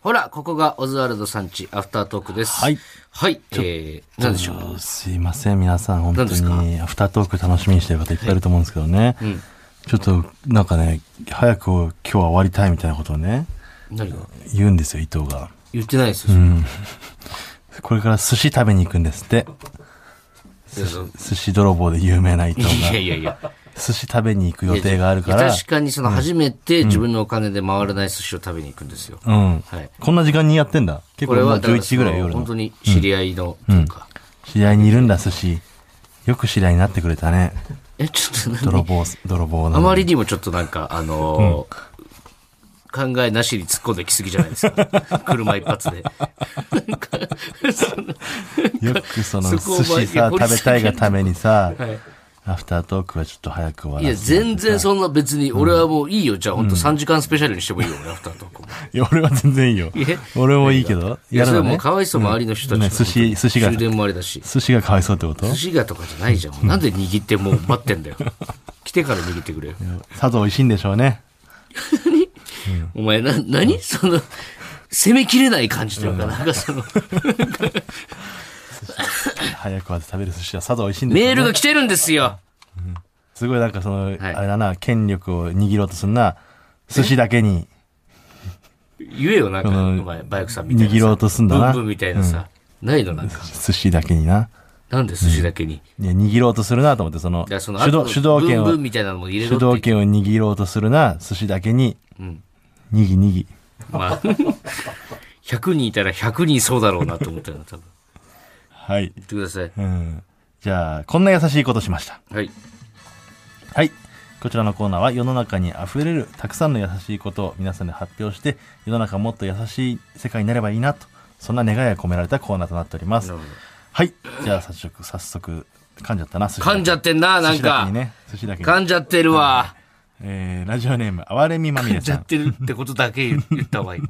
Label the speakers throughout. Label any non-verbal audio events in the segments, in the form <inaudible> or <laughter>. Speaker 1: ほら、ここがオズワルドさんち、アフタートークです。
Speaker 2: はい。
Speaker 1: はい、えー、なんでしょう。
Speaker 2: う。すいません、皆さん、本当
Speaker 1: 何ですか
Speaker 2: に、アフタートーク楽しみにしてる方いっぱいいると思うんですけどね。ちょっと、なんかね、早く今日は終わりたいみたいなことをね、
Speaker 1: 何が
Speaker 2: 言うんですよ、伊藤が。
Speaker 1: 言ってないですよ。それ
Speaker 2: これから寿司食べに行くんですって。
Speaker 1: いやその
Speaker 2: 寿司泥棒で有名な伊藤
Speaker 1: い
Speaker 2: が
Speaker 1: や。いやいや。
Speaker 2: 寿司食べに行く予定があるか
Speaker 1: いや
Speaker 2: ら。
Speaker 1: 確かにその初めて自分のお金で回らない寿司を食べに行くんですよ。
Speaker 2: うん。
Speaker 1: はい。
Speaker 2: こんな時間にやってんだ。結
Speaker 1: こ
Speaker 2: 構、
Speaker 1: れ
Speaker 2: もう
Speaker 1: は、だから
Speaker 2: 11時ぐらい
Speaker 1: その
Speaker 2: 夜
Speaker 1: 本当
Speaker 2: の。
Speaker 1: に知り合いの、というか。
Speaker 2: 知り合いにいるんだ、寿司。よく知り合いになってくれた
Speaker 1: <laughs>
Speaker 2: ね。
Speaker 1: え、ちょっと
Speaker 2: 泥
Speaker 1: 何
Speaker 2: 棒、泥棒な
Speaker 1: あ
Speaker 2: のに
Speaker 1: まりにもちょっとなんか、あのー考えなしに突っ込んできすぎじゃないです
Speaker 2: <laughs>
Speaker 1: か。車一発で。なんか、その
Speaker 2: よくその
Speaker 1: そ
Speaker 2: 寿
Speaker 1: こを
Speaker 2: 司さ
Speaker 1: 掘り下げる
Speaker 2: 食べたいがためにさ、
Speaker 1: はい
Speaker 2: アフタートークはちょっと早く終わ
Speaker 1: い
Speaker 2: ら
Speaker 1: や、
Speaker 2: せて
Speaker 1: 全然そんな別に、俺はもういいよ。じゃあ本当3時間スペシャルにしてもいいよ、俺、アフタートークも。
Speaker 2: いや俺は全然いいよ
Speaker 1: え
Speaker 2: 俺もいいけど
Speaker 1: いや、
Speaker 2: や
Speaker 1: それ
Speaker 2: るの
Speaker 1: はも
Speaker 2: ね
Speaker 1: うかわいそう、周りの人
Speaker 2: ね
Speaker 1: たち
Speaker 2: 寿
Speaker 1: の。
Speaker 2: 司寿司が
Speaker 1: 終電もあれだし。
Speaker 2: 寿司がかわいそうってこと
Speaker 1: 寿司がとかじゃないじゃん。もうなんで握ってもう待ってんだ
Speaker 2: <laughs>
Speaker 1: よ。来てから握ってくれよ。
Speaker 2: さぞ美味しいんでしょうね
Speaker 1: お前、な、何その、攻めきれない感じというか、なんかその、
Speaker 2: 早くまで食べる寿司はさぞ美味しいんでしょ
Speaker 1: メ
Speaker 2: うね
Speaker 1: ールが来てるんですよ
Speaker 2: すごいなんかその、あれだな権力を握ろうとすんな寿司だけに
Speaker 1: 言えよ、なんか、お
Speaker 2: その
Speaker 1: 前、バイクさんみたいなさ。
Speaker 2: 握ろうとすんだな
Speaker 1: ブンブンみたいなさ。ないのなんか。
Speaker 2: 寿司だけにな
Speaker 1: なんで寿司だけに。
Speaker 2: いや握ろうとするなと思ってその
Speaker 1: じゃあその
Speaker 2: 主導主導権
Speaker 1: ブン
Speaker 2: を
Speaker 1: ブンみたいなのも入れ
Speaker 2: 主
Speaker 1: ろっ
Speaker 2: 導
Speaker 1: て
Speaker 2: 権を握ろうとするな寿司だけに、にぎにぎ
Speaker 1: まあ、100人いたら100人そうだろうなと思ったよな、多分。
Speaker 2: はい
Speaker 1: 言ってください。
Speaker 2: うんじゃあ、こんな優しいことしました。
Speaker 1: はい。
Speaker 2: はい。こちらのコーナーは世の中に溢れるたくさんの優しいことを皆さんで発表して、世の中もっと優しい世界になればいいなと、そんな願いが込められたコーナーとなっております
Speaker 1: なるほど。
Speaker 2: はい。じゃあ、早速、早速、噛んじゃったな。噛
Speaker 1: 噛んじゃってんな、なん
Speaker 2: 寿司だけ
Speaker 1: か
Speaker 2: に。ね。寿司だけに。
Speaker 1: 噛んじゃってるわ。
Speaker 2: えー、ラジオネーム、哀れみまみれ
Speaker 1: 噛んじゃ
Speaker 2: さん
Speaker 1: っ。てるってことだけ言った方がいい。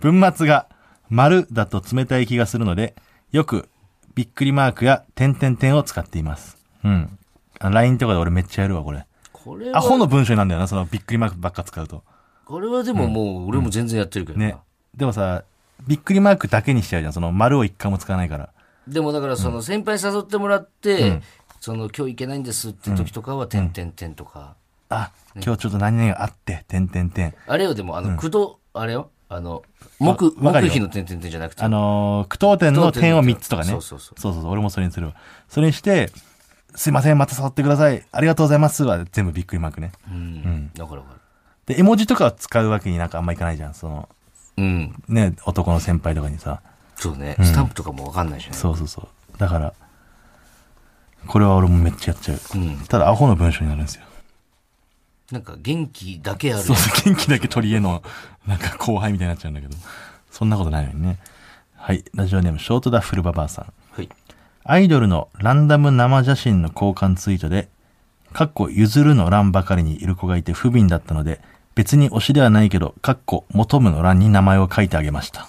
Speaker 2: 文末が丸だと冷たい気がするので、よくびっくりマークや点々点を使っています。うん。あ LINE とかで俺めっちゃやるわ、これ。
Speaker 1: これは
Speaker 2: ア、ホの文章になんだよな、そのびっくりマークばっか使うと。
Speaker 1: これはでももう、俺も全然やってるけど
Speaker 2: ね
Speaker 1: な。。
Speaker 2: でもさ、びっくりマークだけにしちゃうじゃん。その丸を一回も使わないから。
Speaker 1: でもだから、その先輩誘ってもらって、その今日行けないんですって時とかは、てんてんてんとか。
Speaker 2: あ、今日ちょっと何々があって、点々点。
Speaker 1: あれよ、でも、あの、くど、あれよ、あの、木、
Speaker 2: わかる
Speaker 1: 木日
Speaker 2: よ
Speaker 1: のてんてんてんじゃなくて
Speaker 2: あ、のー、句読点の点を3つとかね。
Speaker 1: そうそうそう
Speaker 2: そうそう俺もそれにするわ。それにして、すいません、また触ってください。ありがとうございます。は全部びっくりマークね。
Speaker 1: うん。だからわかる。
Speaker 2: で、絵文字とかを使うわけになんかあんまいかないじゃん。その、
Speaker 1: うん。
Speaker 2: ね、男の先輩とかにさ。
Speaker 1: そうね。スタンプとかもわかんないじゃん。
Speaker 2: そうそうそう。だから、これは俺もめっちゃやっちゃう。ただ、アホの文章になるんですよ。
Speaker 1: なんか、元気だけある
Speaker 2: そう。そう、元気だけ取り柄の、なんか後輩みたいになっちゃうんだけど。そんなことないのにね。はい。ラジオネーム、ショートダッフルババアさん。
Speaker 1: はい。
Speaker 2: アイドルのランダム生写真の交換ツイートで、かっこゆずるの欄ばかりにいる子がいて不憫だったので、別に推しではないけど、かっこ求むの欄に名前を書いてあげました。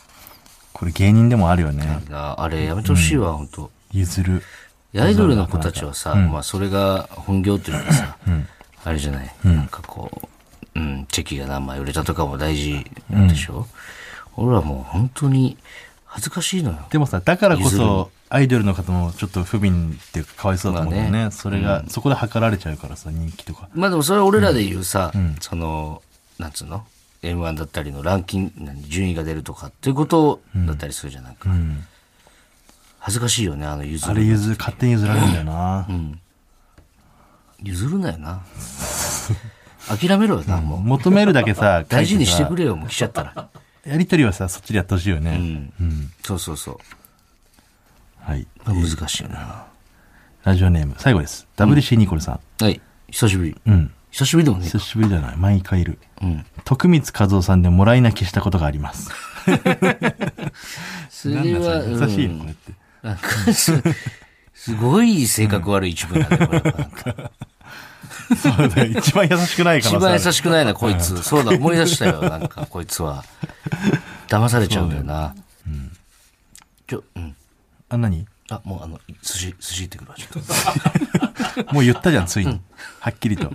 Speaker 2: これ芸人でもあるよね。
Speaker 1: なあれ、やめてほしいわ、本当
Speaker 2: ゆずる。
Speaker 1: アイドルの子たちはさ、まあそれが本業というかさ、あれじゃない、なんかこう、うん、チェキが何枚売れたとかも大事なんでしょ、俺はもう本当に恥ずかしいのよ。
Speaker 2: でもさ、だからこそ、アイドルの方もちょっと不憫っていうか、かわいそうだと思うんだよね。
Speaker 1: ま
Speaker 2: それが、そこで測られちゃうからさ、人気とか。
Speaker 1: まあでもそれは俺らで言うさ、その、なんつうの ?M1 だったりのランキング、何順位が出るとかっていうことだったりするじゃんないか。恥ずかしいよね、あの譲
Speaker 2: あれ
Speaker 1: る。
Speaker 2: 譲る、勝手に譲られるんだよな。
Speaker 1: 譲るなよ <laughs> な。諦めろよな、もう。
Speaker 2: 求めるだけさ、
Speaker 1: <laughs> 大事にしてく
Speaker 2: れ。
Speaker 1: れよ、もう来ちゃったら。
Speaker 2: やりとりはさ、そっちでやってほしいよね。
Speaker 1: うん、そうそうそう。
Speaker 2: はい。
Speaker 1: まあ難しいな。
Speaker 2: ラジオネーム、最後です。WC ニコルさん。
Speaker 1: はい。久しぶり。
Speaker 2: うん。
Speaker 1: 久しぶりでもね。
Speaker 2: 久しぶりじゃない毎回いる。
Speaker 1: うん。
Speaker 2: 徳光和夫さんでもらい泣きしたことがあります。
Speaker 1: それは、
Speaker 2: なんだそれ優しい
Speaker 1: うん
Speaker 2: のこれって。
Speaker 1: なんかす、すごい性格悪い一部だね、これはなんか
Speaker 2: そうだよ一番優しくない可
Speaker 1: 一
Speaker 2: 能性
Speaker 1: 番
Speaker 2: あ
Speaker 1: 優
Speaker 2: る。
Speaker 1: しくないな、こいつ。そうだ、思い出したよ、なんか、こいつは。騙されちゃうんだよな。ちょ、うん。
Speaker 2: あ、何
Speaker 1: あ、もうあの、寿司、寿司行ってくるわ、ちょっと。
Speaker 2: もう言ったじゃん、ついに。はっきりと。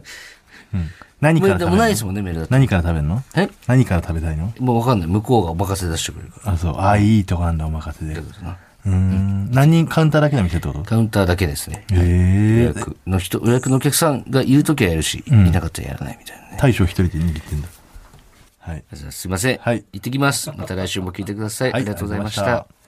Speaker 2: 何から
Speaker 1: で
Speaker 2: 食
Speaker 1: も
Speaker 2: べ
Speaker 1: ないで
Speaker 2: る
Speaker 1: す
Speaker 2: の
Speaker 1: もんね、メールだって。
Speaker 2: 何から食べるの
Speaker 1: え
Speaker 2: 何から食べたいの
Speaker 1: もうわかんない。向こうがお任せ出してくれるか
Speaker 2: あ、そう。あ、いいとこなんだ、お任せで
Speaker 1: ら。。だからな
Speaker 2: うーん。何人カウンターだけの店ってこと
Speaker 1: カウンターだけですね。予
Speaker 2: ええ。
Speaker 1: 約の人、予約のお客さんがいるときはやるし、いなかったらやらないみたいなね。
Speaker 2: 大将一人で握ってんだ。はい。
Speaker 1: じゃあすいません。
Speaker 2: はい
Speaker 1: 行ってきます。また来週も聞いてください。
Speaker 2: はい
Speaker 1: ありがとうございまし
Speaker 2: ありがとうございました
Speaker 1: た。